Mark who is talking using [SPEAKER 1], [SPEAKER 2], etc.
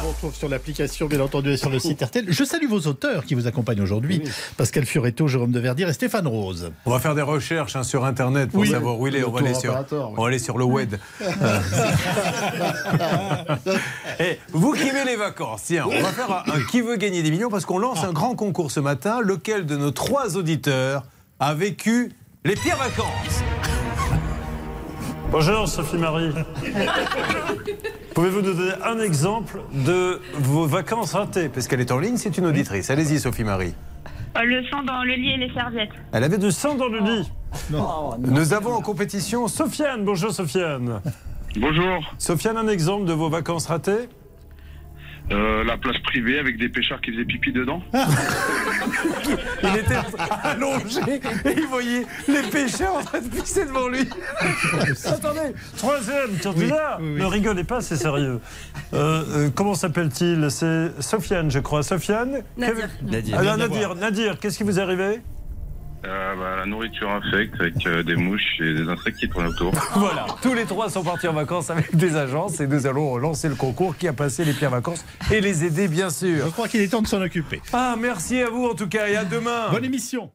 [SPEAKER 1] retrouve sur l'application, bien entendu, et sur le site RTL. Je salue vos auteurs qui vous accompagnent aujourd'hui Pascal Fioretto, Jérôme Deverdier et Stéphane Rose.
[SPEAKER 2] On va faire des recherches hein, sur Internet pour
[SPEAKER 1] Oui.
[SPEAKER 2] savoir où il est. On va, aller sur,
[SPEAKER 3] L'auto-opérateur, oui.
[SPEAKER 2] on va aller sur le web. Euh. Eh, vous qui aimez les vacances, tiens, on va faire un, un qui veut gagner des millions parce qu'on lance un grand concours ce matin. Lequel de nos trois auditeurs a vécu les pires vacances
[SPEAKER 4] Bonjour Sophie Marie. Pouvez-vous nous donner un exemple de vos vacances ratées
[SPEAKER 2] Parce qu'elle est en ligne, c'est une auditrice. Allez-y, Sophie Marie.
[SPEAKER 5] Euh, Le sang dans le lit et les serviettes.
[SPEAKER 2] Elle avait
[SPEAKER 4] Du
[SPEAKER 2] deux.
[SPEAKER 4] sang dans le lit.
[SPEAKER 2] Nous avons en compétition Sophie.
[SPEAKER 4] Sofiane, bonjour Sofiane.
[SPEAKER 6] Bonjour.
[SPEAKER 4] Sofiane, un exemple de vos vacances ratées
[SPEAKER 6] Euh, la place privée avec des pêcheurs qui faisaient pipi dedans.
[SPEAKER 2] Il était allongé et il voyait les pêcheurs en train de pisser devant lui. Attendez.
[SPEAKER 4] Troisième, Tortilla,
[SPEAKER 1] oui, oui.
[SPEAKER 4] ne rigolez pas, c'est sérieux. Euh, euh, comment s'appelle-t-il C'est Sofiane, je crois. Sofiane
[SPEAKER 7] Nadir.
[SPEAKER 4] Nadir, Nadir, Nadir, qu'est-ce qui vous est arrivé
[SPEAKER 6] Euh, bah, la nourriture infecte avec euh, des mouches et des insectes qui tournent autour.
[SPEAKER 2] Voilà, tous les trois sont partis en vacances avec des agences et nous allons relancer le concours qui a passé les pires vacances et les aider bien
[SPEAKER 1] Je
[SPEAKER 2] sûr.
[SPEAKER 1] crois qu'il est temps de s'en occuper.
[SPEAKER 2] Ah, merci à vous en tout cas et à demain.
[SPEAKER 1] Bonne émission.